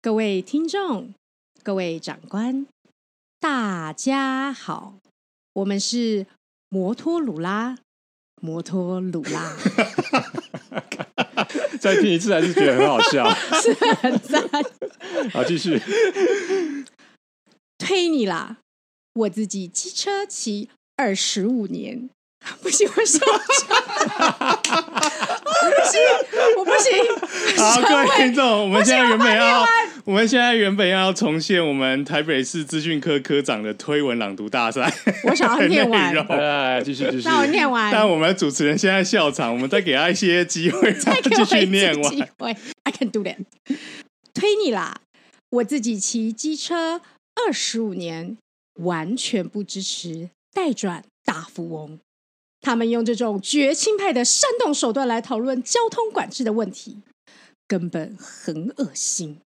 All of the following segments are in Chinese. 各位听众，各位长官，大家好，我们是摩托鲁拉，摩托鲁拉， 再听一次还是觉得很好 笑。是很赞，好，继续。推你啦！我自己机车骑二十五年，不行，我上车， 我不行，我不行，好，各位听众，我们现在原本要我，我们现在原本要重现我们台北市资讯科科长的推文朗读大赛我想的要念 内完，容，哎，继续继续。让我念完，但我们主持人现在笑场，我们再给他一些机会，让再他给我继一续次念机完。会。I can do that。推你啦！我自己骑机车二十五年，完全不支持代转大富翁。他们用这种绝清派的煽动手段来讨论交通管制的问题，根本很恶心。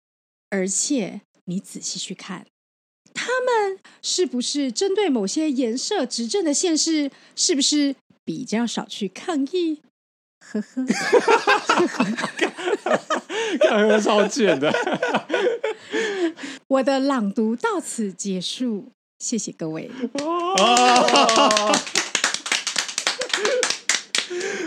而且你仔细去看，他们是不是针对某些颜色执政的县市，是不是比较少去抗议？呵呵。看有超贱的，我的朗读到此结束，谢谢各位。哦，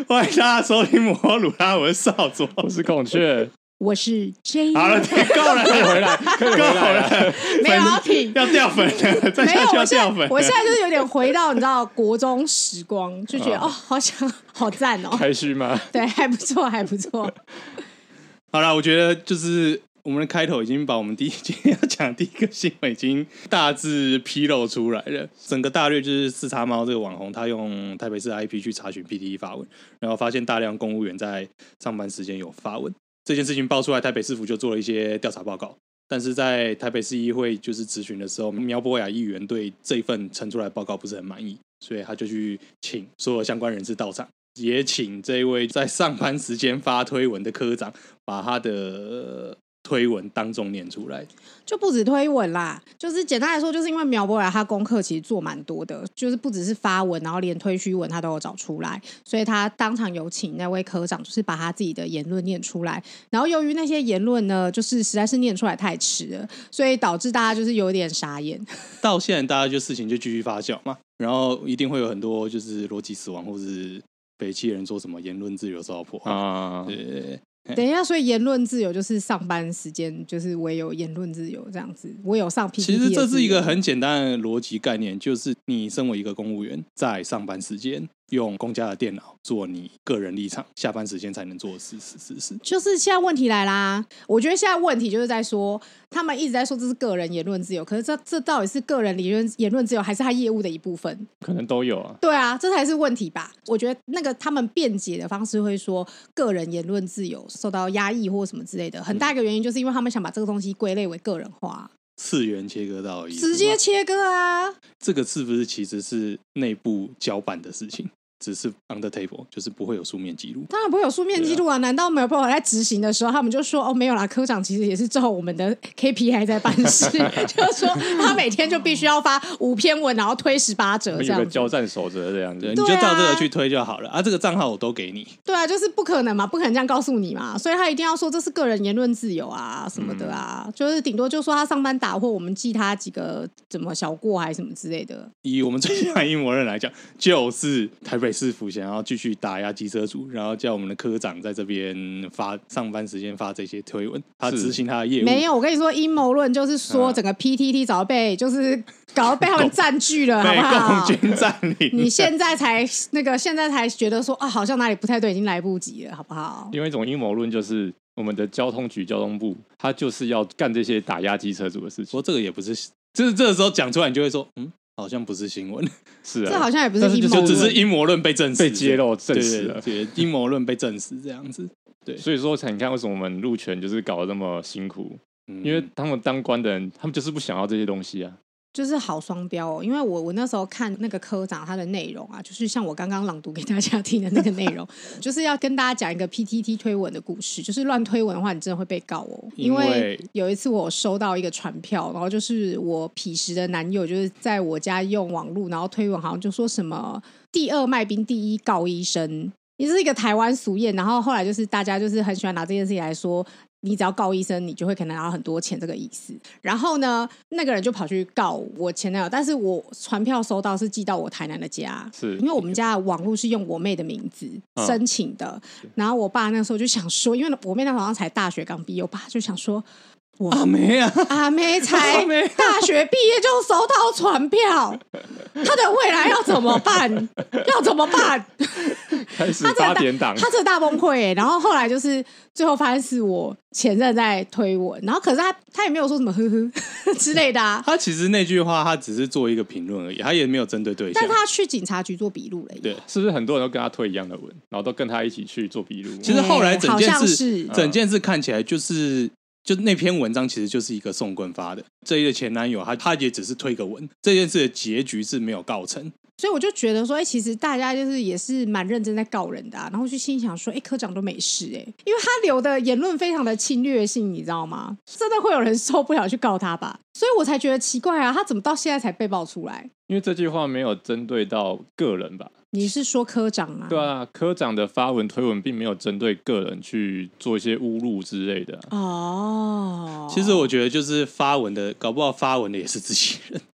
欢迎大家收听《摩鲁拉》，我是少佐。我是孔雀，我是 J，好了，够了，回来， 可以回够来了了。， 没有要停，要掉 粉了，再没下有， 去要我现在掉粉了。我现在就是有点回到你知道国中时光，就觉得哦，好想好赞哦，开心吗？对，还不错，还不错，好啦，我觉得就是我们的开头已经把我们第一今天要讲的第一个新闻已经大致披露出来了。整个大略就是四叉猫这个网红，他用台北市 IP 去查询 PTT 发文，然后发现大量公务员在上班时间有发文。这件事情爆出来，台北市府就做了一些调查报告。但是在台北市议会就是质询的时候，苗博雅议员对这份呈出来的报告不是很满意，所以他就去请所有相关人士到场，也请这一位在上班时间发推文的科长把他的呃推文当中念出来。就不止推文啦，就是简单来说，就是因为苗博雅他功课其实做蛮多的，就是不只是发文，然后连推虚文他都有找出来，所以他当场有请那位科长，就是把他自己的言论念出来。然后由于那些言论呢，就是实在是念出来太迟了，所以导致大家就是有点傻 眼。到现在，大家就事情就继续发酵嘛，然后一定会有很多就是逻辑死亡，或是北汽人说什么言论自由受到破坏。啊，对，等一下，所以言论自由就是上班时间，就是我也有言论自由这样子，我有上 PPT 其的自由。实这是一个很简单的逻辑概念，就是你身为一个公务员，在上班时间用公家的电脑做你个人立场，下班时间才能做的事事事事。就是现在问题来啦，我觉得现在问题就是在说，他们一直在说这是个人言论自由，可是这这到底是个人理论言论自由，还是他业务的一部分？可能都有啊。对啊，这才是问题吧？我觉得那个他们辩解的方式会说，个人言论自由受到压抑或什么之类的，很大一个原因就是因为他们想把这个东西归类为个人化，次元切割到一，直接切割啊！这个是不是其实是内部交办的事情，只是 on the table，就是不会有书面记录。当然不会有书面记录啊！难道没有办法在执行的时候，他们就说哦没有啦，科长其实也是照我们的 KPI 在办 事，就是说他每天就必须要发五篇文，然后推十八折呃这有个样交子。战守则这样对，子你，对就照这啊个去推就好了啊。这个账号我都给你，对啊，就是不可能嘛，不可能这样告诉你嘛，所以他一定要说这是个人言论自由啊什么的啊，就是顶多就说他上班打货，我们记他几个怎么小过还是什么之类的。以我们最强阴谋论来讲，就是台北市府想要继续打压机车族，然后叫我们的科长在这边发上班时间发这些推文，他是执行他的业务。没有，我跟你说，阴谋论就是说嗯整个 PTT 早被就是啊搞被他们占据了，好被不好？共军占领， 你现在才那个，现在才觉得说啊，好像哪里不太对，已经来不及了，好不好？另外一种阴谋论就是我们的交通局、交通部，他就是要干这些打压机车族的事情说。这个也不是，就是这个时候讲出来，你就会说，嗯，好像不是 新闻，是这啊，好像也不但是阴就谋就只是论，阴谋论被证实，被揭露对，证实了。对，对阴谋论被证实这样子，所以说，你看为什么我们路权就是搞得那么辛苦，嗯因为他们当官的人，他们就是不想要这些东西啊。就是好双标哦。因为我我那时候看那个科长他的内容啊，就是像我刚刚朗读给大家听的那个内 容，就是要跟大家讲一个 PTT 推文的故事。就是乱推文的话，你真的会被告哦。因因为为有一次我收到一个传票，然后就是我彼时的男友就是在我家用网络，然后推文好像就说什么第二卖兵第一告医生。也是一个台湾俗谚，然后后来就是大家就是很喜欢拿这件事情来说你只要告医生，你就会可能拿到很多钱这个意思。然后呢，那个人就跑去告我前男友，但是我传票收到是寄到我台南的家，是因为我们家的网络是用我妹的名字嗯申请的。然后我爸那时候就想说，因为我妹那时候好像才大学刚毕业，我爸就想说。我阿梅啊， 阿妹才阿妹大学毕业就收到传票，她的未来要怎么办？要怎么办？开始他这个八大点档，他这个大崩溃、欸。然后后来就是最后发现是我前任在推我，然后可是他他也没有说什么呵呵 之类的啊。他其实那句话他只是做一个评论而已，他也没有针对对象但。他去警察局做笔录了耶，啊对是不是很多人都跟他推一样的文，然后都跟他一起去做笔录？其实后来整件哎好像事是，整件事看起来就是。就那篇文章其实就是一个送棍发的，这一个前男友他他也只是推个文，这件事的结局是没有告成。所以我就觉得说，哎、其实大家就是也是蛮认真在告人的、啊。然后我就心想说，哎、科长都没事哎、因为他留的言论非常的侵略性，你知道吗？真的会有人受不了去告他吧？所以我才觉得奇怪啊，他怎么到现在才被爆出来？因为这句话没有针对到个人吧？你是说科长吗？对啊，科长的发文推文并没有针对个人去做一些侮辱之类的啊、哦，其实我觉得就是发文的，搞不好发文的也是自己人。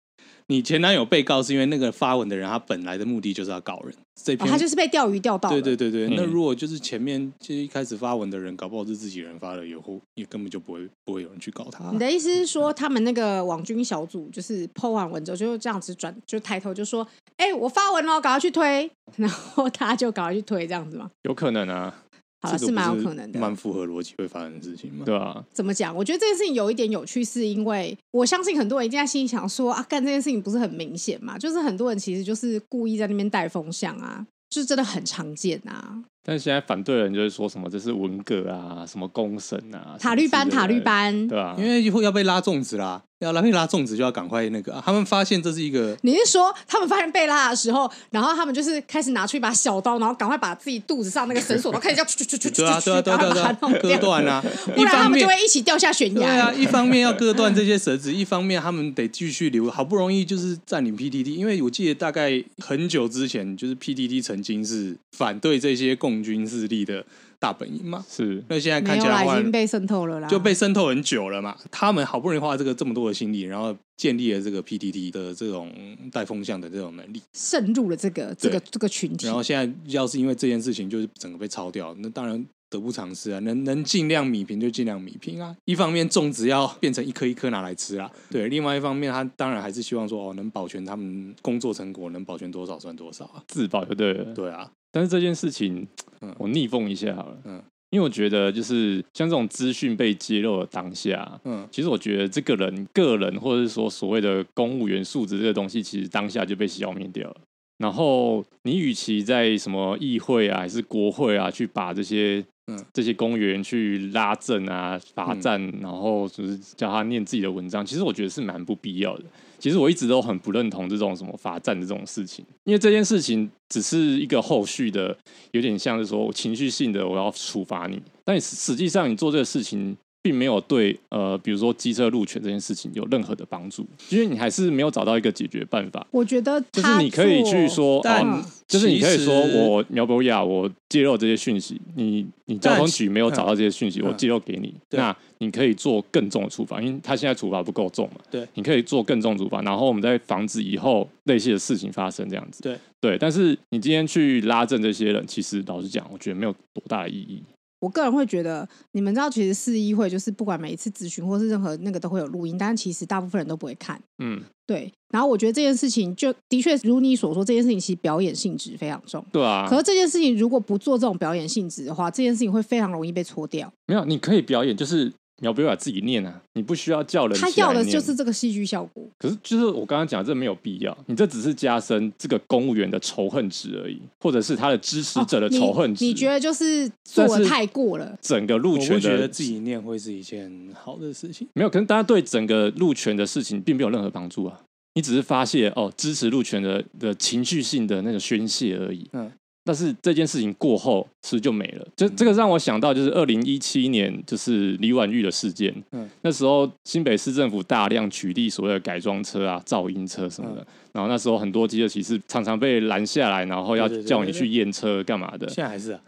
你前男友被告是因为那个发文的人他本来的目的就是要告人，这哦、篇、他就是被钓鱼钓到了，对对对对。嗯那如果就是前面就一开始发文的人，搞不好是自己人发的，也后也根本就不会不会有人去告他你。的意思是说，他们那个网军小组就是剖完文之后，就这样子转，就抬头就说：“哎、我发文了，赶快去推。” 然后他就赶快去推，这样子嘛。有可能啊，好这了，个是蛮不有可能的。蛮符合逻辑会发生的事情嘛。对啊，怎么讲？我觉得这件事情有一点有趣，是因为我相信很多人一定在心里想说：“啊，干这件事情不是很明显嘛？”就是很多人其实就是故意在那边带风向啊，就是真的很常见啊。但现在反对的人就是说什么这是文革啊，什么公审啊，塔绿班，什么塔之类绿的，班，嗯对啊，因为以后要被拉粽子啦，要拉被拉粽子就要赶快那个啊、他们发现这是 一个你是说他们发现被拉的时候，然后他们就是开始拿出一把小刀，然后赶快把自己肚子上那个绳索都开始叫去去去去对啊对啊对啊对啊对啊把它弄割掉，断啊，不一然方他们就面会一起掉下悬对啊，崖。一方面要割断这些绳子，一方面他们得继续留，好不容易就是占领 PTT，因为我记得大概很久之前，就是 PTT 曾经是反对这些共军势力的大本营嘛，是那现在没看有起来啦，的话已经被渗透了啦，就被渗透很久了嘛，他们好不容易花这个这么多的心力，然后建立了这个 PTT 的这种带风向的这种能力，渗入了这个这个对这个群体然。后现在要是因为这件事情就是整个被抄掉，那当然得不偿失啊！能能尽量米平就尽量米平啊！一方面粽子要变成一颗一颗拿来吃啊，对；另外一方面，他当然还是希望说哦，能保全他们工作成果，能保全多少算多少啊！自保就对了。对啊，但是这件事情嗯，我逆风一下好了，嗯因为我觉得就是像这种资讯被揭露的当下，嗯，其实我觉得这个人、个人，或者是说所谓的公务员素质这个东西，其实当下就被消灭掉了。然后你与其在什么议会啊，还是国会啊，去把这些、嗯这些公务员去拉政啊、罚站，然后就是叫他念自己的文章，其实我觉得是蛮不必要的。其实我一直都很不认同这种什么罚站的这种事情，因为这件事情只是一个后续的，有点像是说我情绪性的我要处罚你，但你实实际上你做这个事情并没有对呃，比如说机车路权这件事情有任何的帮助，因为你还是没有找到一个解决办法。我觉得就他是你可以去做说，但哦，就是你可以说其实我苗博雅，我揭露这些讯息，你你交通局没有找到这些讯息，嗯我揭露给你，对那你可以做更重的处罚，因为他现在处罚不够重嘛，对，你可以做更重的处罚，然后我们再防止以后类似的事情发生，这样子，对对。但是你今天去拉正这些人，其实老实讲，我觉得没有多大的意义，我个人会觉得，你们知道，其实市议会就是不管每一次咨询或是任何那个都会有录音，但其实大部分人都不会看。嗯，对，然后我觉得这件事情就的确如你所说，这件事情其实表演性质非常重。对啊可，是这件事情如果不做这种表演性质的话，这件事情会非常容易被戳掉。没有，你可以表演，就是苗博雅自己念啊，你不需要叫人起他来要的念就是这个戏剧效果。可是，就是我刚刚讲，这没有必要，你这只是加深这个公务员的仇恨值而已，或者是他的支持者的仇恨哦值。你，你觉得就是做但是的太过了？整个我路不权觉得的自己念会是一件好的事情。没有，可是大家对整个路权的事情并没有任何帮助啊，你只是发泄哦支持路权的的情绪性的那个宣泄而已。嗯嗯。但是这件事情过后，是不是就没了。这这个让我想到，就是二零一七年，就是李婉玉的事件。嗯嗯那时候新北市政府大量取缔所谓的改装车啊、噪音车什么的，然后那时候很多机车骑士常常被拦下来，然后要对对对叫对你对去验车干嘛的。现在还是啊，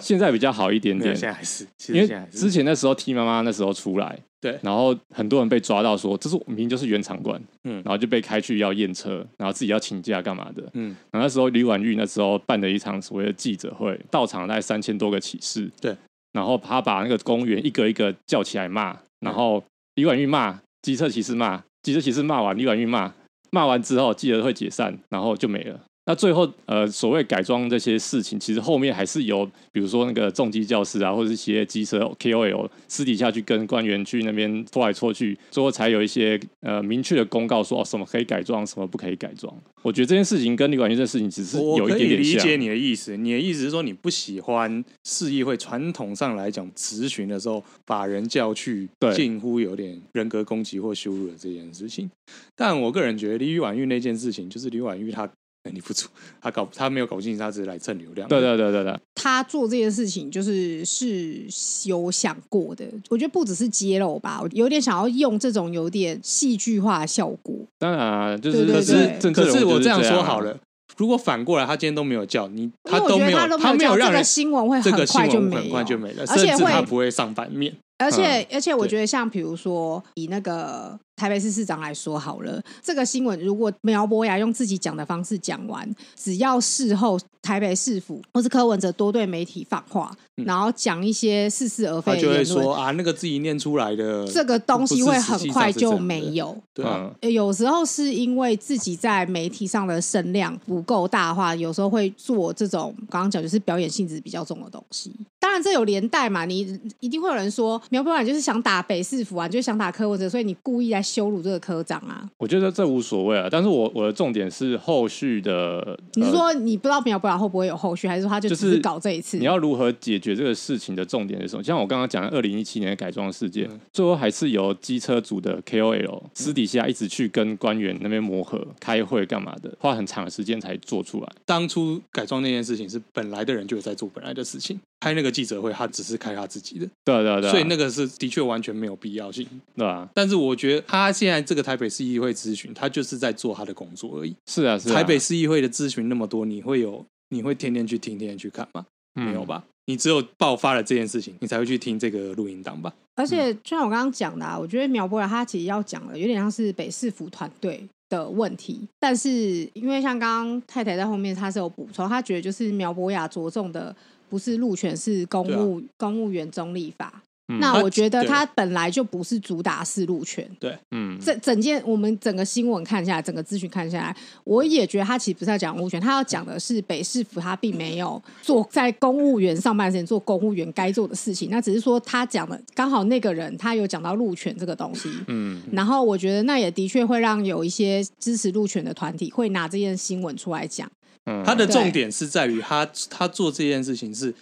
现在比较好一点没有点，现在还是，其因实为现在还之是前那时候 T 妈妈那时候出来，对然后很多人被抓到说这是明明就是原场馆，嗯嗯，然后就被开去要验车，然后自己要请假干嘛的，嗯嗯，然后那时候李婉玉那时候办了一场所谓的记者会，到场大概三千多个骑士，对，然后他把那个公务员一个一个叫起来骂，嗯然后李婉玉骂，机车骑士骂，机车骑士骂完李婉玉骂，骂完之后记者会解散，然后就没了。那最后，呃，所谓改装这些事情，其实后面还是有，比如说那个重机教师啊，或者是一些机车 KOL 私底下去跟官员去那边搓来搓去，最后才有一些呃明确的公告说，哦，什么可以改装，什么不可以改装。我觉得这件事情跟李管局这事情其实是我有一可以点点理像解，你的意思，你的意思是说你不喜欢市议会传统上来讲质询的时候把人叫去，对近乎有点人格攻击或羞辱的这件事情。但我个人觉得李婉玉那件事情，就是李婉玉她能力不足， 她搞她没有搞清楚，她只是来蹭流量。对对对对对，他做这件事情就是是有想过的，我觉得不只是揭露吧，我有点想要用这种有点戏剧化的效果。当然、啊、就是对对可对是政治可人物是就我这样样说啊好，了，如果反过来他今天都没有叫你，因为我觉都得没有他都没有他没叫让这人个新闻会这个很新快就闻没很快有就没了，而且甚至会他不会上版面。而嗯且、而且，我觉得像比如说以那个台北市市长来说好了，这个新闻如果苗博雅用自己讲的方式讲完，只要事后台北市府或是柯文哲多对媒体放话，然后讲一些似是而嗯他非就的会言说论，啊，那个自己念出来的这个东西不会是实很际上快是这样就的没有。对啊，嗯，呃有时候是因为自己在媒体上的声量不够大的话，有时候会做这种刚刚讲就是表演性质比较重的东西。当然这有连带嘛，你一定会有人说苗博雅就是想打北市府啊，你就是想打柯文哲，所以你故意来羞辱这个科长啊。我觉得这无所谓啊。但是我我的重点是后续的，你是呃说你不知道苗博雅会不会有后续，还是说他就就只是是搞这一次？你要如何解决这个事情的重点是什么？像我刚刚讲的，二零一七年的改装事嗯件，最后还是由机车组的 KOL 私底下一直去跟官员那边磨合、开会干嘛的，花很长的时间才做出来。当初改装那件事情是本来的人就有在做本来的事情，开那个记者会他只是开他自己的，对啊对啊对啊，所以那个是的确完全没有必要性。对啊，但是我觉得他现在这个台北市议会咨询，他就是在做他的工作而已。是啊是啊，台北市议会的咨询那么多，你会有你会天天去听、天天去看吗？没有嗯？吧？你只有爆发了这件事情，你才会去听这个录音档吧？而且就像我刚刚讲的、啊，我觉得苗博雅他其实要讲的有点像是北市府团队的问题，但是因为像刚刚太太在后面，她是有补充，她觉得就是苗博雅着重的不是路权，是公务、公务员中立法。嗯那我觉得对他本来就不是主打是路权，嗯，这整件我们整个新闻看下来，整个咨询看下来，我也觉得他其实不是要讲路权，他要讲的是北市府他并没有做在公务员上班时间做公务员该做的事情，那只是说他讲的刚好那个人他有讲到路权这个东西，嗯然后我觉得那也的确会让有一些支持路权的团体会拿这件新闻出来讲，嗯，他的对重点是在于他他做这件事情是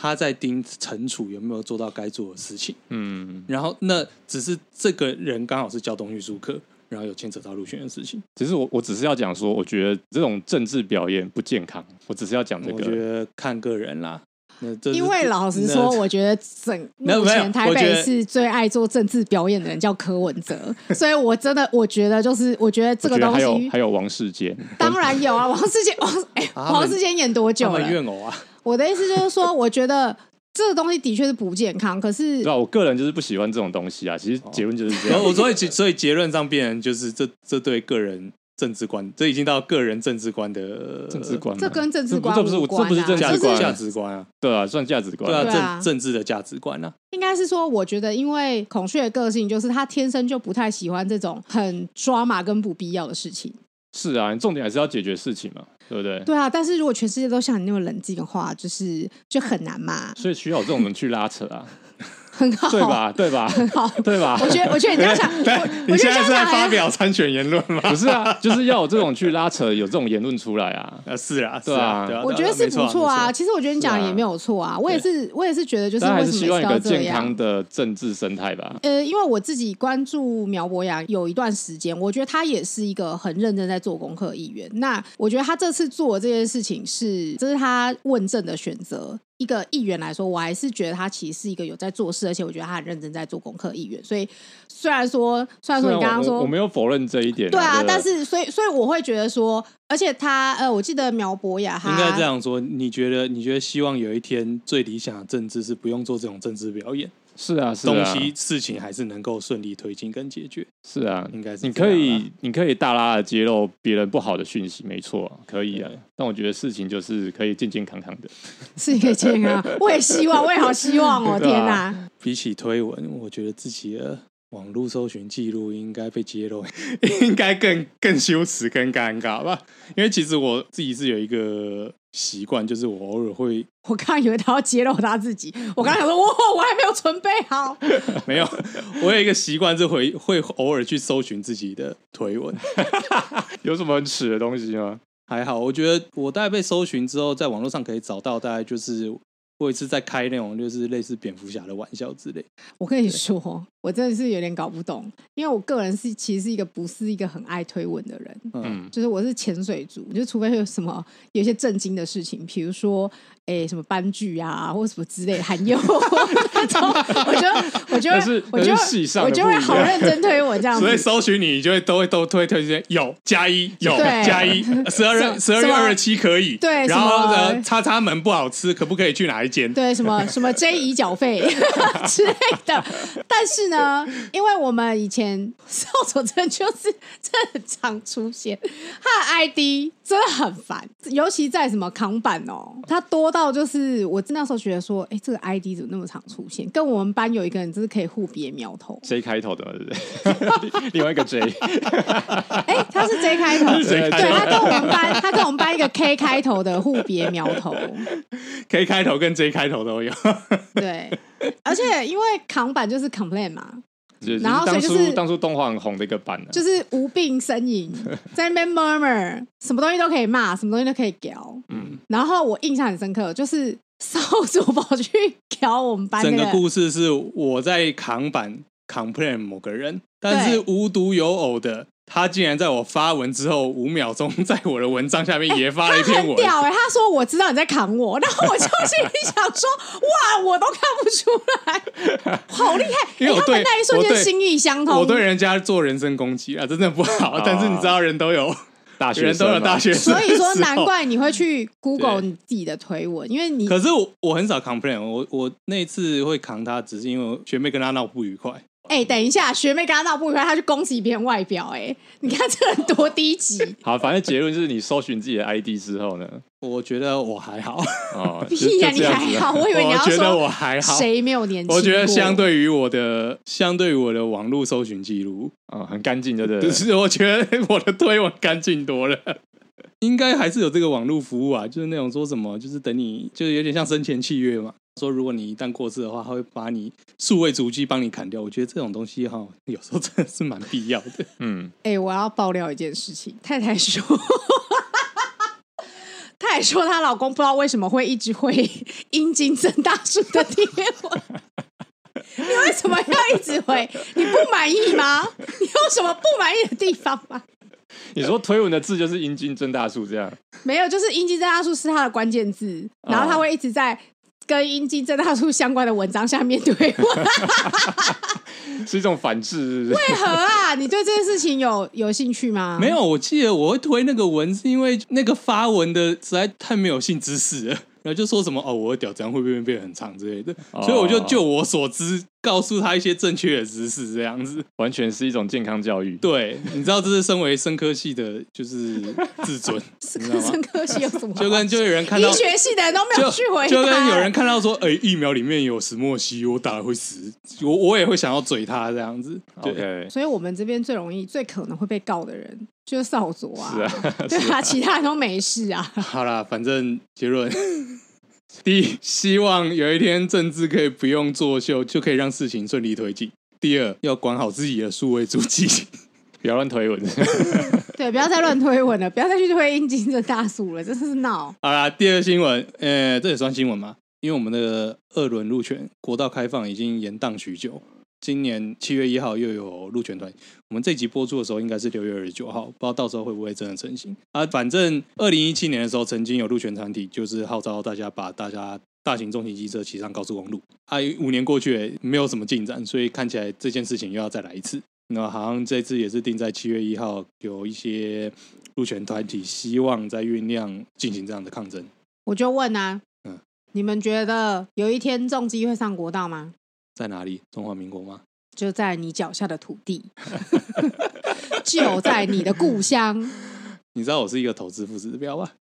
他在盯惩处有没有做到该做的事情，嗯，然后那只是这个人刚好是交通运输科，然后有牵扯到入选的事情。其实我我只是要讲说，我觉得这种政治表演不健康，我只是要讲这我觉个。得看个人啦。那这是因为老实那说，我觉得整那目没有前台我觉北得市最爱做政治表演的人叫柯文哲，所以我真的我觉得就是我觉得这我个觉得东还有西还有王世坚，当然有啊，王世 坚，王哎、啊王世坚演多久他了们？怨偶 啊，我的意思就是说，我觉得这个东西的确是不健康，可是对啊，我个人就是不喜欢这种东西啊。其实结论就是这然样。后哦我所以结所以结论上变成就是这这对个人政治观，这已经到个人政治观的呃政治观嘛，这跟政治观这不是无我关这啊不是政价治值就是价观，值观啊，对啊，算价值观对啊，对啊政政治的价值观啊，应该是说，我觉得因为孔雀的个性就是他天生就不太喜欢这种很抓马跟不必要的事情。是啊，你重点还是要解决事情嘛，对不对？对啊，但是如果全世界都像你那么冷静的话，就是就很难嘛，所以需要有这种人去拉扯 啊，很好，对？吧？对吧？很好。对吧？我觉得，我觉得你这样 想，我你我觉现得这在是在样想发很表参选言论哦吗？不是啊，就是要有这种去拉扯，有这种言论出来啊。啊，是啊，是对啊对啊，我觉得是没不错错啊。啊，其实我觉得你讲的也没有错啊，我也是，我也是觉得就是但还为是什希么望一有定个要这健样康？的政治生态吧。呃，因为我自己关注苗博雅有一段时间，我觉得他也是一个很认真在做功课的议员。那我觉得他这次做的这件事情是，这是他问政的选择。一个议员来说，我还是觉得他其实是一个有在做事，而且我觉得他很认真在做功课的议员。所以虽然说，虽然说你刚刚虽然我说我没有否认这一点，对啊，不但是所以所以我会觉得说，而且他呃，我记得苗博雅他应该这样说，你觉得你觉得希望有一天最理想的政治是不用做这种政治表演，是啊，是东啊，西事情还是能够顺利推进跟解决，是啊，应该是你这样可啦以，你可以大拉的揭露别人不好的讯息，没错，可以啊对。但我觉得事情就是可以健健康康的，是一个健 康，我也希望，我也好希望哦，对天啊哪、比起推文，我觉得自己的网络搜寻记录应该被揭露， 应该更更羞耻、更尴尬吧。因为其实我自己是有一个习惯，就是我偶尔会 我刚刚以为他要揭露他自 己，我刚刚想说，哇，我还没有准备好。没有，我有一个习惯是会会偶尔去搜寻自己的推文。有什么很耻的东西吗？还好，我觉得我大概被搜寻之后，在网络上可以找到，大概就是我一次在开那种就是类似蝙蝠侠的玩笑之类。我跟你说，我真的是有点搞不懂，因为我个人是其实是一个不是一个很爱推文的人，嗯，嗯，就是我是潜水族，就除非有什么有一些震惊的事情，比如说诶什么班剧啊，或什么之类的，韩 游那种，我觉得我就但是会我就但是戏会上的我就会不一样，好认真推文这样子所以。搜寻你就会都会都推推荐有加一有对 加一，十二什月么十二月二十七可以，对然后什么呢，叉叉门不好吃，可不可以去哪一间？对，什么什么 J 乙缴费之类的。但是呢，因为我们以前少佐真就是真的很常出现，他的 ID 真的很烦，尤其在什么扛板哦，他多到就是我那时候觉得说，哎，这个 ID 怎么那么常出现？跟我们班有一个人真是可以互别苗头 J 开头的嘛，对不对？ 另外一个 J，哎，他是 J 开头， J 对开头他跟我们 班他跟我们班一个 K 开头的互别苗头。 K 开头跟 J 开头都有，对，而且因为扛板就是 complain 嘛， 就是然后所以当就初是当初动画很红的一个版啊呢，就是无病呻吟，在那边 murmur，什么东西都可以骂，什么东西都可以屌。嗯，然后我印象很深刻，就是少主跑去屌我们班整那个个，故事是我在扛板 complain 某个人，但是对无独有偶的，他竟然在我发文之后五秒钟，在我的文章下面也发了一篇很文，屌哎、 他说我知道你在砍我，然后我就心里想说，哇，我都看不出来，好厉害！因为哎我他对们那一瞬我间对心意相通， 我对人家做人身攻击啊，真的不好。啊 但是你知道，人都有大 学人都生啊有嘛大学生所的时候，以说难怪你会去 Google 对你自己的推文，因为你可是我我很少 complain，我我那一次会扛他，只是因为我学妹跟他闹不愉快。哎、等一下，学妹跟他闹不愉快，他去攻击别人外表、哎，你看这个人多低级。好，反正结论就是你搜寻自己的 ID 之后呢，我觉得我还好， 哦，就屁呀、就你这样还子好，啊，我以为你要觉得说我还好。谁没有年轻过？我觉得相对于我的相对于我的网络搜寻记录，嗯，很干净，对不就对？是我觉得我的推文干净多了。 应该还是有这个网络服务啊，就是那种说什么，就是等你，就是有点像生前契约嘛。说如果你一旦过世的话，他会把你数位足迹帮你砍掉。我觉得这种东西哈，有时候真的是蛮必要 的。嗯，哎、我要爆料一件事情，太太说。 她也说她老公不知道为什么会一直回阴茎增大术的贴文， 你为什么要一直回？你不满意吗？你有什么不满意的地方吗？你说推文的字就是阴茎增大术这样，没有，就是阴茎增大术是他的关键字，哦然后他会一直在跟阴茎增大术相关的文章下面对 我。是一种反制，是不是为何啊？你对这件事情有有兴趣吗？没有，我记得我会推那个文，是因为那个发文的实在太没有性知识了，然后就说什么哦，我的屌这样会不会变很长之类的，哦所以我就就我所知告诉他一些正确的知识，这样子。完全是一种健康教育。对，你知道这是身为生科系的，就是 自尊，你知道跟吗？生科系有什么好？ 就跟就有人看到医。学系的人都没有就去回答，就跟有人看到说，哎、疫苗里面有石墨烯，我打了会死，我我也会想要嘴他这样子。对 OK，所以我们这边最容易、最可能会被告的人就是少佐啊，是 啊，对啊，其他人都没事啊。 好啦，反正结论， 第一，希望有一天政治可以不用作秀，就可以让事情顺利推进。第二，要管好自己的数位足迹。不要乱推文。对，不要再乱推文了，不要再去推阴茎的大叔了，真是闹。好啦，第二新闻，呃，这也算新闻吗？因为我们的二轮路权国道开放已经延宕许久，今年七月一号又有路权团。我们这集播出的时候应该是六月二十九号，不知道到时候会不会真的成型啊？反正二零一七年的时候，曾经有路权团体就是号召大家把大家大型重型机车骑上高速公路。啊，五年过去也没有什么进展，所以看起来这件事情又要再来一次。那好像这次也是定在七月一号，有一些入选团体希望在酝酿进行这样的抗争。我就问啊，嗯你们觉得有一天重机会上国道吗？在哪里？中华民国吗？就在你脚下的土地， 就在你的故乡。你知道我是一个投资副指标吧？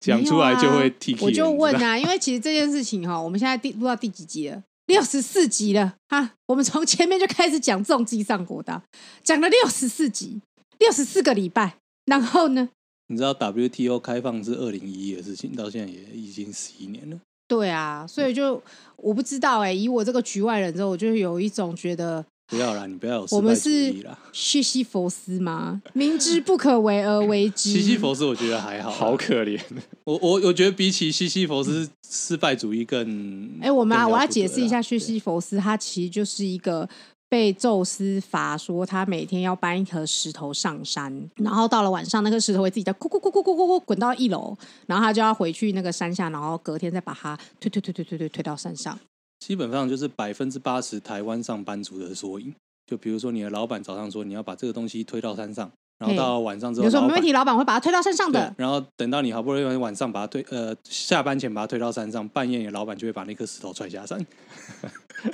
讲出来就会提提、。啊我就问你知道啊，因为其实这件事情哈，我们现在第录到第几集了？六十四集了哈，我们从前面就开始讲重机上国道，讲了六十四集，六十四个礼拜。然后呢？你知道 WTO 开放是二零一一的事情，到现在也已经十一年了。对啊，所以就我不知道哎、以我这个局外人之后，我就有一种觉得不要啦，你不要有失我败们主是义啦。西西佛斯吗？明知不可为而为之。 西西佛斯我觉得还好啦， 好可怜。我我我觉得比起西西佛斯失败主义更……哎、我们啊，更了我要不解得释一啦下，薛西佛斯他其实就是一个被宙斯罚说他每天要搬一颗石头上山，然后到了晚上，那颗石头会自己在咕咕咕咕咕咕咕滚到一楼，然后他就要回去那个山下，然后隔天再把它推推推推推推推到山上。基本上就是百分之八十台湾上班族的缩影。就比如说，你的老板早上说你要把这个东西推到山上，然后嘿到晚上之比后，如说老没问板题，老板会把它推到山上对的，。然后等到你好不容易晚上把它推，呃，下班前把它推到山上，半夜你的老板就会把那颗石头踹下 山。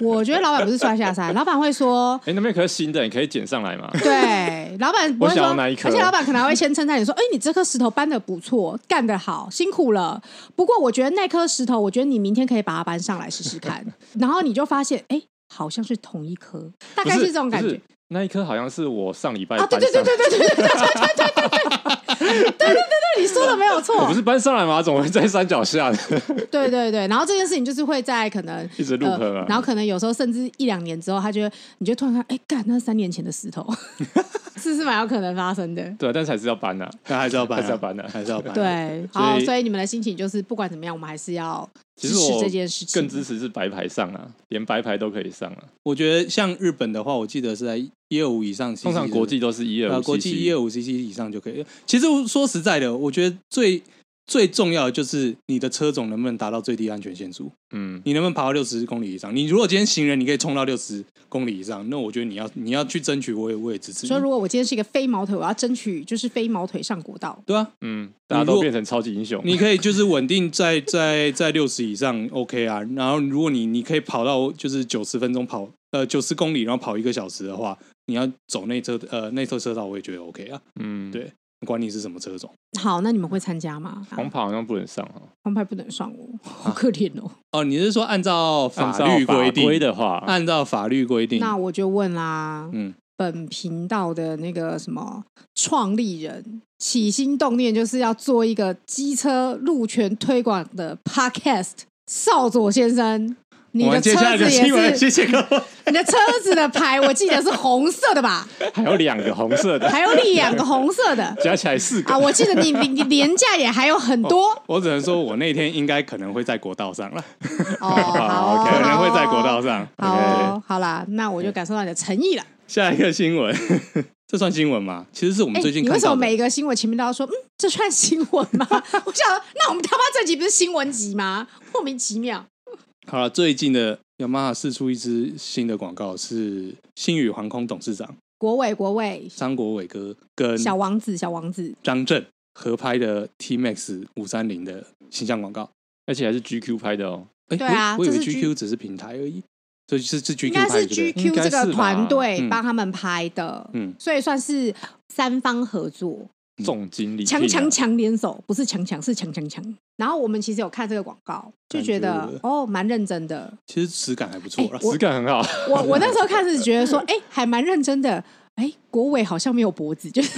我觉得老板不是摔下 山，老板会说。哎，那边可是新的，你可以捡上来吗？对，老板不会我想说要那一，颗而且老板可能还会先称赞你说：“哎、你这颗石头搬的不错，干得好，辛苦了。不过我觉得那颗石头，我觉得你明天可以把它搬上来试试看。”然后你就发现，哎、好像是同一颗，大概不是是这种感。不觉是那一颗好像是我上礼拜啊！对搬对对上，对对对对对对对对对对对对对，你说的没有我错不。是搬上来吗？怎么会在山脚下呢？ 对对对，然后这件事情就是会在可能一直 loop 呃啊，然后可能有时候甚至一两年之后，他就会你就突然看，哎、干，那是三年前的石头，是不是蛮有可能发生的？对，但是还是要搬啊。那还是要搬、啊，还是要搬啊还是要搬、对，好，所以所以你们的心情就是不管怎么样，我们还是要其支实持我这件事情。更支持是白牌上啊，连白牌都可以上啊。我觉得像日本的话，我记得是在一二五以上，通常国际都是一二呃五，国际一二五 CC 以上就可以。其实说实在的，我觉得最最重要的就是你的车种能不能达到最低安全限速，嗯，你能不能爬到六十公里以上。你如果今天行人，你可以冲到六十公里以上，那我觉得你要你要去争取，我也我也支持你。说如果我今天是一个飞毛腿，我要争取就是飞毛腿上国道。对啊，嗯，大家如都果变成超级英雄。啊你可以就是稳定在在在六十以上 OK 啊，然后如果你你可以跑到就是九十分钟跑呃九十公里，然后跑一个小时的话，你要走内侧呃内侧车道，我也觉得 OK 啊，嗯，对管你是什么车种。好，那你们会参加吗？啊黄牌好像不能上哦。黄牌不能上哦，好可怜哦。哦，你是说按照法按照律规法规定啊的话，按照法律规定，那我就问啦，嗯，本频道的那个什么创立人，起心动念就是要做一个机车路权推广的 podcast。少佐先生，你我的们接车下来的子新也闻，是谢谢各位。你的车子的牌，我记得是红色的吧？还有两个红色 的，还有两个红色的加起来四个。啊！我记得你你你廉价也还有很多我只能说，我那天应该可能会在国道上了，哦，好哦， OK，可能会在国道好哦。上。好哦，好啦，那我就感受到你的诚意了。下一个新闻， 这算新闻吗？其实是我们哎，最近你为看什么到的。每一个新闻前面都要说，嗯，这算新闻吗？ 我想，那我们他妈这集不是新闻集吗？莫名其妙。好了，最近的雅马哈试出一支新的广告，是星宇航空董事长国伟，国伟，张国伟哥跟小王子，小王子，张震合拍的 T Max 五三零的形象广告。而且还是 GQ 拍的哦。哎、对啊我以我以这是为 GQ 只是平台而已，所以是是 GQ 应该拍是的对不对 GQ 这个团应该是队吧帮他们拍的，嗯所以算是三方合作。总经理强强强联手，不是强强，是强强强。然后我们其实有看这个广告，就觉感得觉哦，蛮认真的。其实质感还不错啦。哎我质感很好，我我那时候看是觉得说，哎、还蛮认真的。哎，国伟好像没有脖子，就是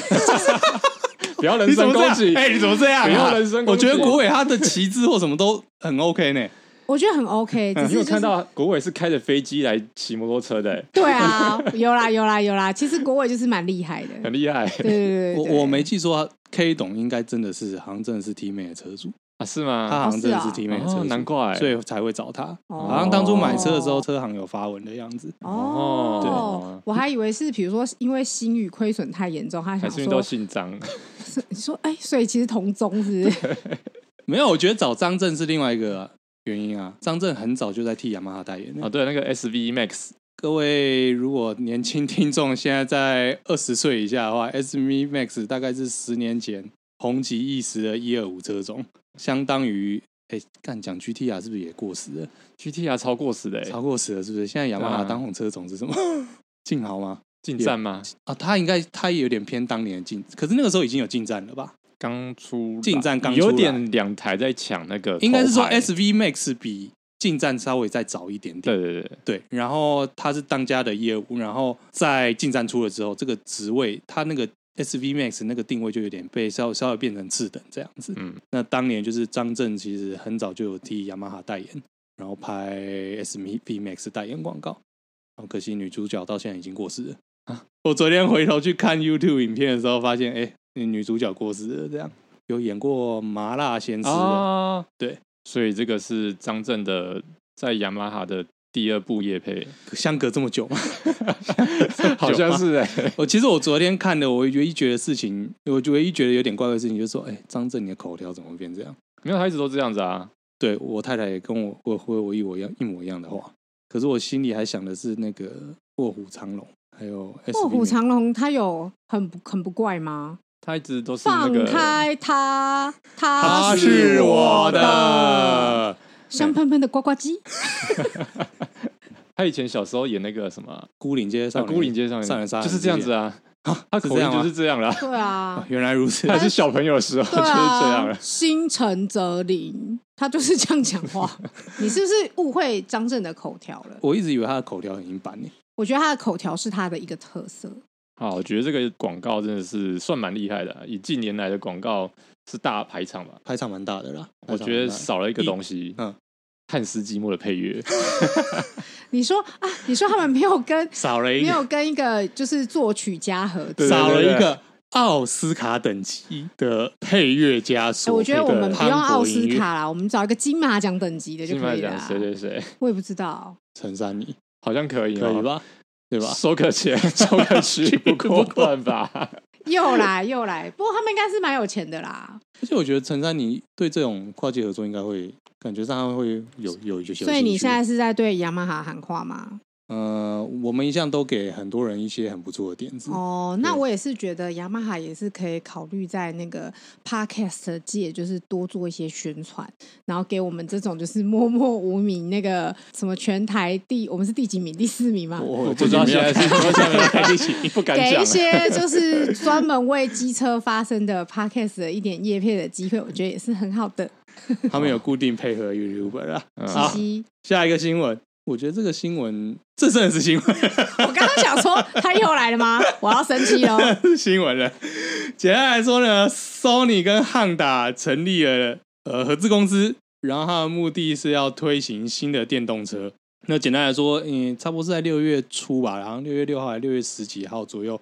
不要人你怎身么这攻击样？。哎、你怎么这样、啊不要人身？我攻击觉得国伟他的旗帜或什么都很 OK 呢。我觉得很 OK，只你是、就有是、看到国伟是开着飞机来骑摩托车的、欸对啊，有啦有啦有啦。其实国伟就是蛮厉害的，很厉害嗯对对对对我我没记错啊，K 董应该真的是，好像真的是 T 妹的车主，啊？是吗？他好像真的是是啊 T 妹的车主，哦难怪所以才会找他。哦好像当初买车的时候，车行有发文的样子。哦，我还以为是比如说因为新宇亏损太严重，他还想是因为都说姓张， 你说哎，所以其实同宗是不是没有，我觉得找张震是另外一个啊原因啊。张震很早就在替雅马哈代言了啊，对，那个 SV Max 各位如果年轻听众现在在二十岁以下的话，SV Max 大概是十年前红极一时的一二五车种，相当于哎，干讲 GTR 是不是也过时了？ GTR 超过时的、欸，超过时了是不是？现在雅马哈对啊当红车种是什么？ 劲豪吗？进站吗？啊，它应该它也有点偏当年的进，可是那个时候已经有进站了吧？刚出来进站刚出来有点两台在抢那个头牌，应该是说 SV Max 比进站稍微再早一点点。对对对，对，然后它是当家的业务，然后在进站出了之后，这个职位它那个 SV Max 那个定位就有点被稍稍微变成次等这样子。嗯，那当年就是张震其实很早就有替雅马哈代言，然后拍 SV Max 代言广告，然后可惜女主角到现在已经过世了。啊、我昨天回头去看 YouTube 影片的时候，发现哎，女主角过世了，这样有演过《麻辣鲜师》的啊，对，所以这个是张震的在雅马哈的第二部夜 配，相隔这么久吗？好像是哎、我哦其实我昨天看的，我唯一觉得事情，我唯一觉得有点怪怪的事情，就是说，哎、张震你的口条怎么会变这样？ 没有，他一直都这样子啊，对我太太也跟我我回我一模一样一模一样的话，可是我心里还想的是那个卧虎藏龙，还有 SV 卧虎藏龙，他有很不很不怪吗？他一直都是那放个，开他，他他是我的的香喷喷的呱呱鸡。他以前小时候演那个什么孤岭街在上，孤岭街上少年杀就是这样子啊， 他是口这音样吗就是这 样啦。对啊啊，，原来如此他。还是小朋友的时候对就是这啊样了，，心诚则灵，他就是这样讲 话。你是不是误会张震的口条了？我一直以为他的口条很一般呢，我觉得他的口条是他的一个特色。好，我觉得这个广告真的是算蛮厉害的啊、以近年来的广告是大排场吧，排场蛮大的啦。我觉得排场蛮大的少了一个东西，嗯嗯，汉斯季默的配乐，你说啊，你说他们没有跟少了一没个，有跟一个就是作曲家合对作。哎少对了对一个奥斯卡等级的配乐家属。哎我觉得我们不用奥斯音乐卡啦，我们找一个金马奖等级的就金可马以了奖啊。谁谁谁，我也不知道，陈珊妮，好像可以、可以？吧？对吧？收个 钱，收个曲不过分吧？又来又来。不过他们应该是蛮有钱的 啦，而且我觉得陈珊妮对这种跨界合作应该会感觉上会有有有些。所以你现在是在对雅马哈喊话吗？呃，我们一向都给很多人一些很不错的点子。哦，那对我也是觉得雅马哈也是可以考虑在那个 podcast 界，就是多做一些宣传，然后给我们这种就是默默无名那个什么全台第我们是第几名？第四名嘛。我我不知道现在是我什 么在一起，不敢给讲一。些 就是专门为机车发声的 podcast 的一点叶片的机会，我觉得也是很好的。 他们有固定配合 YouTuber 啦。嗯嘻好，嘻，下一个新闻，我觉得这个新闻这真的是新闻，我刚刚想说他又来了吗？我要生气哦。是新闻了。简单来说呢，Sony 跟 Honda 成立了呃合资公司，然后它的目的是要推行新的电动车。那简单来说，嗯，差不多是在六月初吧，然后六月六号还是六月十几号左右，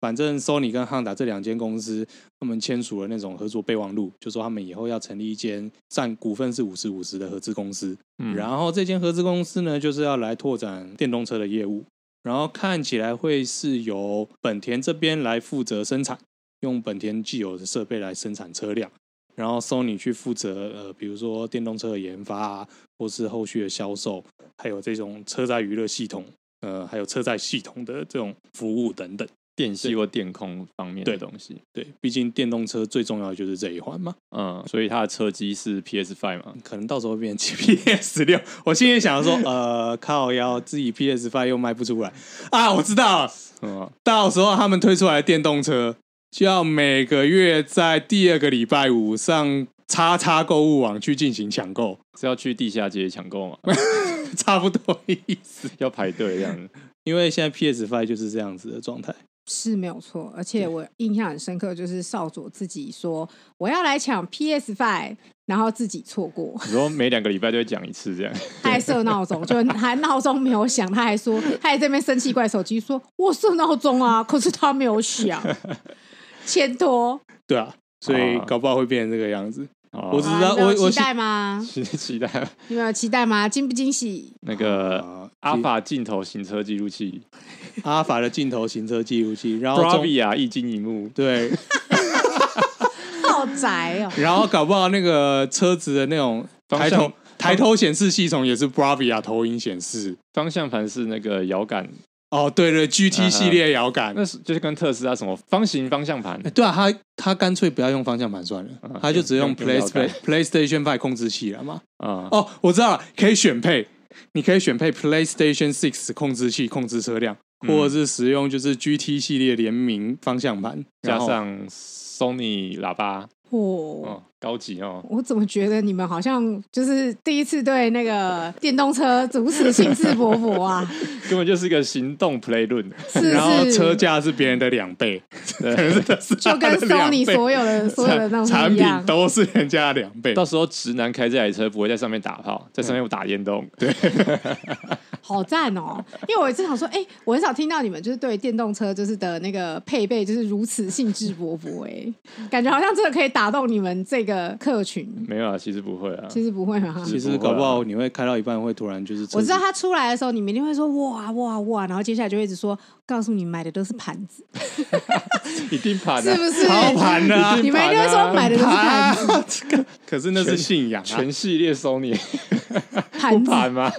反正 Sony 跟 Honda 这两间公司，他们签署了那种合作备忘录，就说他们以后要成立一间占股份是五十五十的合资公司。嗯然后这间合资公司呢，就是要来拓展电动车的业务，然后看起来会是由本田这边来负责生产，用本田既有的设备来生产车辆，然后 Sony 去负责呃，比如说电动车的研发啊，或是后续的销售，还有这种车载娱乐系统，呃，还有车载系统的这种服务等等。电系或电控方面的东西，对，毕竟电动车最重要的就是这一环嘛，嗯，所以它的车机是 PS Five 嘛，可能到时候会变成 PS 六。我心里想说，呃，靠腰自己 PS Five 又卖不出来啊！我知道了，嗯，到时候他们推出来的电动车就要每个月在第二个礼拜五上叉叉购物网去进行抢购， 是要去地下街抢购嘛， 差不多意思。要排队这样子。因为现在 PS Five 就是这样子的状态，是没有错，而且我印象很深刻，就是少佐自己说我要来抢 PS Five，然后自己错过，你说每两个礼拜都会讲一次这样，他还设闹钟，就还闹钟没有响，他还说他还在那边生气怪手机说我设闹钟啊，可是他没有 响，欠托，对啊，所以啊搞不好会变成这个样子。哦啊我只知道好啦你们有啊我我期待吗？期 期待你们有期待吗？惊不惊喜？那个啊，阿法镜头行车记录器阿法的镜头行车记录器，然后中，Bravia 一金一幕，对，好宅哦！哦 然后搞不好那个车子的那种方抬向头抬头显示系统也是 Bravia 投影显示。方向盘是那个摇杆，哦，对对啊，GT 哈系列摇杆。那是就是跟特斯拉什么方形方向盘哎，对啊，他他干脆不要用方向盘算了，啊他就只嗯用用用 Play 摇杆 PlayStation Five 控制器了嘛。啊，哦，我知道了，可以选配，你可以选配 PlayStation Six 控制器控制车辆，嗯或者是使用就是 GT 系列联名方向盘，加然后上 Sony 喇叭，哦，哦，高级哦，我怎么觉得你们好像就是第一次对那个电动车如此兴致勃勃啊？根本就是一个行动 play 论，是 然后是，车价是别人的两倍， 对，就跟 Sony 所有的所有的那种是产一品样。都是人家的两倍。 到时候直男开这台车不会在上面打炮，在上面打电动，对，好赞哦！因为我一直想说，哎、我很少听到你们就是对电动车就是的那个配备就是如此兴致勃勃、 哎，感觉好像真的可以打动你们这个客嗯群。没有啊，其实不会啊，其实不会吗？其实搞不啊好你会开到一半会突然就是车子我知道它出来的时候，你们一定会说哇哇哇，然后接下来就会一直说，告诉你买的都是盘 子，一定盘啊是不是？超盘的啊你们一定会说买的都是盘啊 子，，这个可是那是信仰啊！全系列 Sony 盘子。盘啊吗？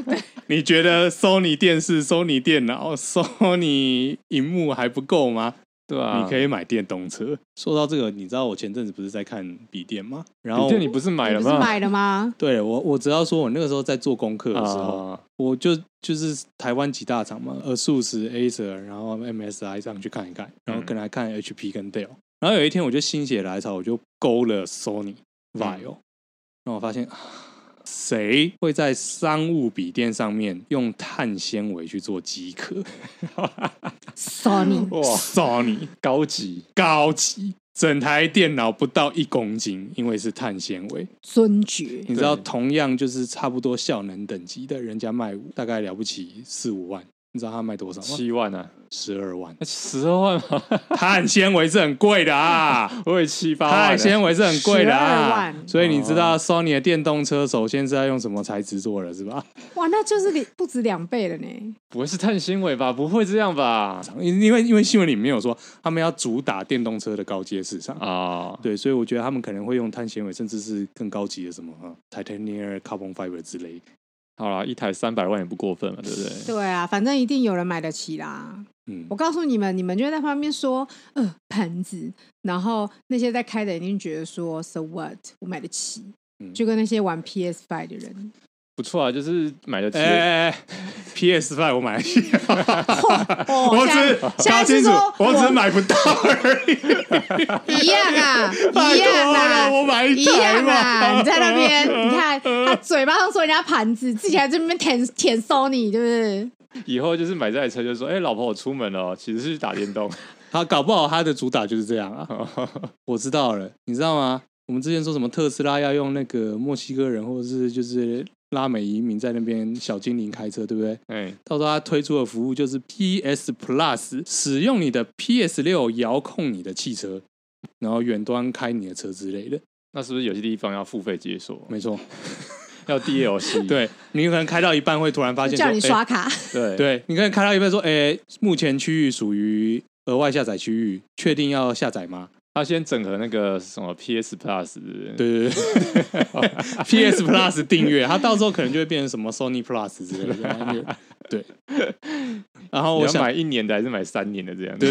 你觉得 Sony 电视、Sony 电脑、Sony 荧幕还不够吗？对啊，你可以买电动车。说到这个，你知道我前阵子不是在看笔电吗？然笔后电你不是买你了不是吗？买了吗？对我，我只要说我那个时候在做功课的时候，啊，我就就是台湾几大厂嘛，呃，数十 Acer，然后 MSI 上去看一看，然后嗯跟来看 HP 跟 Dell。然后有一天我就心血来潮，我就勾了 Sony Vio，、嗯然后我发现啊谁会在商务笔电上面用碳纤维去做机壳？ ，Sony 哇，Sony 高级，高级，整台电脑不到一公斤，因为是碳纤维。尊爵，你知道，对同样就是差不多效能等级的，人家卖大概了不起四五万，你知道他卖多少吗？七万啊，。十二万十二万吗？ 碳纤维是很贵 的啊，我也七八万碳了，纤维是很贵的12啊。哦万哦所以你知道 Sony 的电动车首先是要用什么材质做的，是吧？ 哇，那就是两不止两倍了呢。不会是碳纤维吧？不会这样 吧？因因为因为新闻里面有说他们要主打电动车的高阶市哦场。啊，对，所以我觉得他们可能会用碳纤维，甚至是更高级的什么呃 titanium carbon fiber 之类。好啦，一台三百万也不过分嘛，对不对？对啊，反正一定有人买得起啦。嗯我，告诉你们，你们就会在旁边说，呃，盘子，然后那些在开的一定觉得说，so what，我买得起，嗯就跟那些玩 PS Five 的人， 不错啊，就是买得起哎、哎哎 PS Five 我买得 起，哦我现在只现在搞是清楚说，我只买不到而已。一样啊， 拜一托样了，啊。我买一一台样嘛。啊！你在那边， 你看他嘴巴上说人家盘子，自己还在那边舔舔 Sony，对不对？以后就是买这台车，就说：“哎、老婆，我出门了哦，其实是去打电 动。他搞不好他的主打就是这样啊。 我知道了，你知道吗？我们之前说什么特斯拉要用那个墨西哥人或者是就是拉美移民在那边小精灵开车，对不对？哎，到时候他推出的服务就是 PS Plus，使用你的 PS 六遥控你的汽车，然后远端开你的车之类的。那是不是有些地方要付费解锁，没错，要 DLC？对你可能开到一半会突然发现说哎叫你诶刷 卡，对对，你可以看到一半说，哎、目前区域属于额外下载区域，确定要下载吗？他先整合那个什么 PS Plus，，对对 对，PS Plus 订阅，它到时候可能就会变成什么 Sony Plus 之类的。对，然后我我要想，买一年的还是买三年的这样？对，，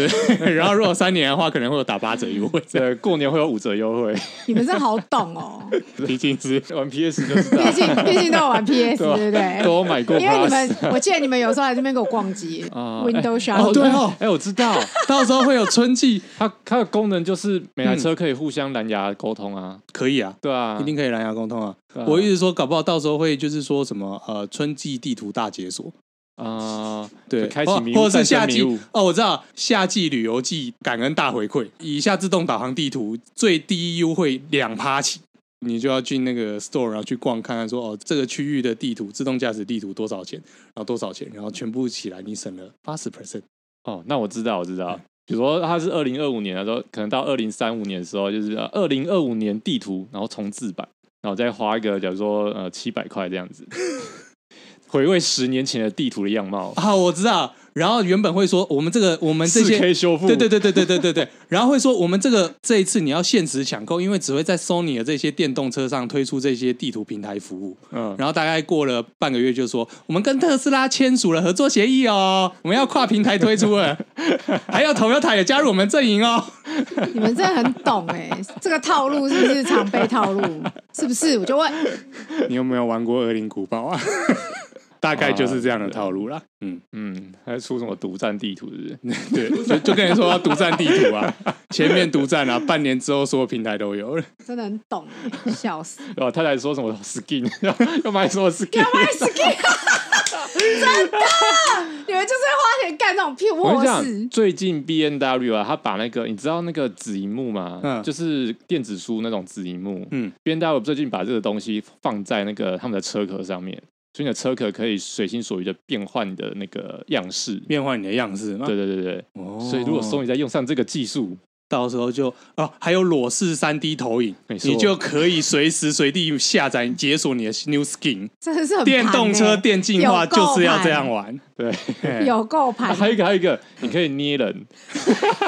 然后如果三年的话，可能会有打八折优惠，这 对，过年会有五折优 惠，你们真好懂 哦。毕竟是玩 PS 就知道啊毕。 竟毕竟都有玩 PS，对啊对不对？都有买 过因为你们 Plus，，我记得你们有时候来这边给我逛 街啊，Window 哦 Shopping，对哦，哎、我知道，到时候会有春季，它它的功能就是每台车可以互相蓝牙沟通啊，可以啊，对啊，一定可以蓝牙沟通啊。对啊。我一直说，搞不好到时候会就是说什么呃，春季地图大解锁，啊，对，就开启或迷雾或者战是夏胜迷季雾，哦，我知道夏季旅游季感恩大回馈，以下自动导航地图最低优惠两趴起，你就要进那个 store，然后去逛看看说哦，这个区域的地图自动驾驶地图多少钱，然后多少钱，然后全部起来你省了八十 percent，哦，那我知道，我知道。比如说，它是二零二五年的时候，可能到二零三五年的时候，就是呃二零二五年地图，然后重置版，然后再花一个，假如说 呃七百块这样子，回味十年前的地图的样貌。 啊，我知道。然后原本会说我们这个我们这四些 K 修复，对对对对对对对对。然后会说我们这个这一次你要限时抢购，因为只会在 Sony 的这些电动车上推出这些地图平台服务。嗯，然后大概过了半个月，就说我们跟特斯拉签署了合作协议哦，我们要跨平台推出 了，还有 Toyota 也加入我们阵营哦。你们真的很懂哎、这个套路是不是常备套路？是不是？我就问，你有没有玩过《恶灵古 堡》啊？大概就是这样的套路啦。嗯，嗯，还出什么独占地图是不 是？对，就就跟你说要独占地图啊，前面独占啊，半年之后所有平台都有了。真的很懂、欸，笑死！然后哦他才说什么 skin，要 要买什么 skin，我也是 gay，真的，你们就是会花钱干这种屁我跟窝你事讲，。最近 B N W 啊，他把那个你知道那个子荧幕吗？嗯就是电子书那种子荧幕。嗯，B N W 最近把这个东西放在那个他们的车壳上面，所以你的车壳可以随心所欲的变换你的那个样式。变换你的样式嘛。对对对对，哦所以如果说你在用上这个技术，到时候就哦，还有裸视三 D 投影，没错你就可以随时随地下载解锁你的 New Skin。真的是很、欸、电动车电竞化有够就是要这样盘玩，对，嘿有够啊盘，还有一个还有一个，你可以捏人，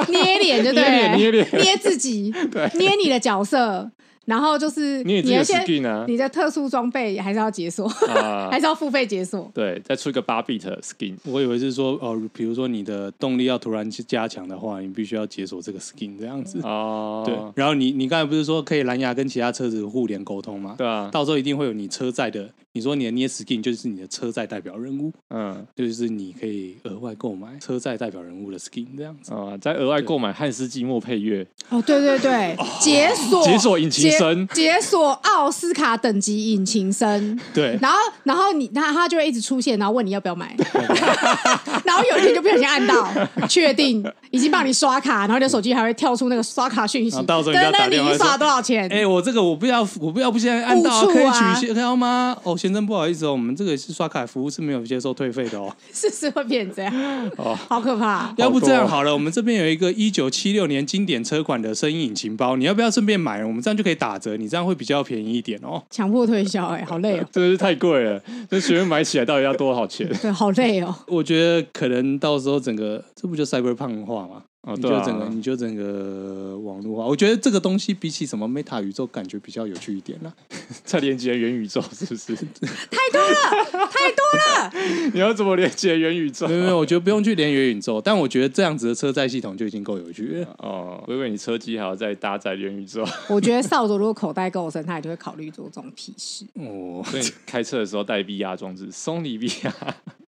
捏脸就对捏了，脸捏脸捏自己，捏你的角色，然后就是捏你自己要的先 skin 啊你的特殊装备还是要解锁，啊还，是要付费解锁。对，再出一个八 bit skin，我以为是说哦，比如说你的动力要突然去加强的话，你必须要解锁这个 Skin 这样子。哦，对，然后你你刚才不是说可以蓝牙跟其他车子互联沟通吗？对啊，到时候一定会有你车载的，你说你的捏 Skin 就是你的车载代表人物，嗯就是你可以额外购买车载代表人物的 Skin 这样子。啊，再额外购买汉斯季默配乐，哦，对对对，解锁解锁引擎声解解锁奥斯卡等级引擎声。对，然后，然后你他他就会一直出现，然后问你要不要买， 然后有一天就不小心按到，确定已经帮你刷卡，然后你的手机还会跳出那个刷卡讯息然后，到时候你就要对打那电话你说刷多少钱？哎、我这个我不要，我不要，不现在按到、误触可以啊取消掉吗？哦，先生不好意思哦，我们这个是刷卡服务是没有接受退费的哦。是是会变成这样，哦好可怕。要不这样多哦好了，我们这边有一个一九七六年经典车款的声音引擎包，你要不要顺便买？我们这样就可以打折，你这样会比较便宜一点哦。强迫推销，哎，好累哦， 真的是太贵了，这随便买起来到底要多少钱？对，好累哦。 我觉得可能到时候整个这不就 cyberpunk 化嘛？哦，你对就啊，整个你就整个网络化，我觉得这个东西比起什么 Meta 宇宙，感觉比较有趣一点啦。再连接元宇宙是不是？ 太多了，太多了。你要怎么连接元宇宙没？有没有，我觉得不用去连元宇宙，但我觉得这样子的车载系统就已经够有趣了。哦，我以为你车机还要再搭载元宇宙，我觉得少佐如果口袋够深，他也就会考虑做这种屁事。哦， 所以你 开车的时候带 VR 装置，松尼 VR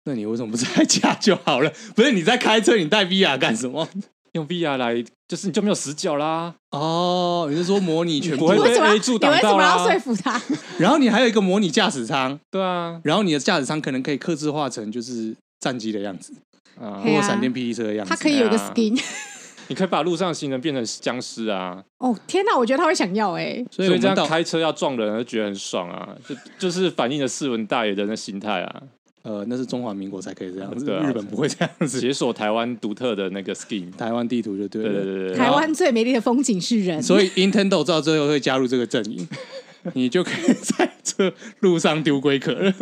那你为什么不在家就好了？ 不是你在开车，你带 VR 干什么？用 VR 来，就是你就没有死角啦。 哦，你是说模拟全部不会你为什么要？被 A 柱你挡为什到么啦要说服他？然后你还有一个模拟驾驶舱，对啊，然后你的驾驶舱可能可以刻制化成就是战机的样子，啊嘿，或啊闪电霹雳车的样子。他可以有一个对啊 skin。 你可以把路上行人变成僵尸啊，哦，天哪，我觉得他会想要哎。所所以我以这们样到开车要撞人，就觉得很爽啊，就就是反映了斯文大爷的那心态啊，呃，那是中华民国才可以这样子，对啊日本不会这样子。解锁台湾独特的那个 skin。台湾地图就对了。啊对对对对，台湾最美丽的风景是人， 所以 Nintendo 到最后会加入这个阵营，你就可以在这路上丢龟壳了。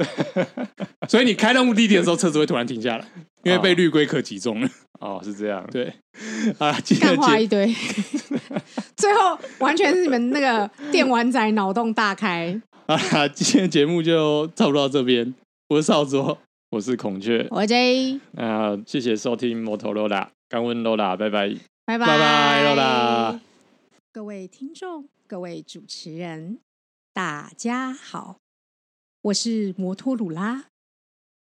所以你开到目的地的时候，车子会突然停下来，因为被绿龟壳击中了。哦是这样，对，啊，今天干的话一节堆。 最后完全是你们那个电玩仔脑洞大开。啊，今天的节目就差不多到这边。我是少卓，我是孔雀，我 J，那、呃谢谢收听摩托罗拉，感恩罗拉，拜拜。拜拜拜肉啦。各位听众，各位主持人，大家好，我是摩托鲁拉，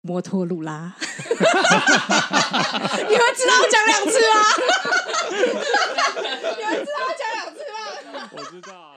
摩托鲁 拉， 你们知道我讲两次吗？你们知道我讲两次吗？我知道。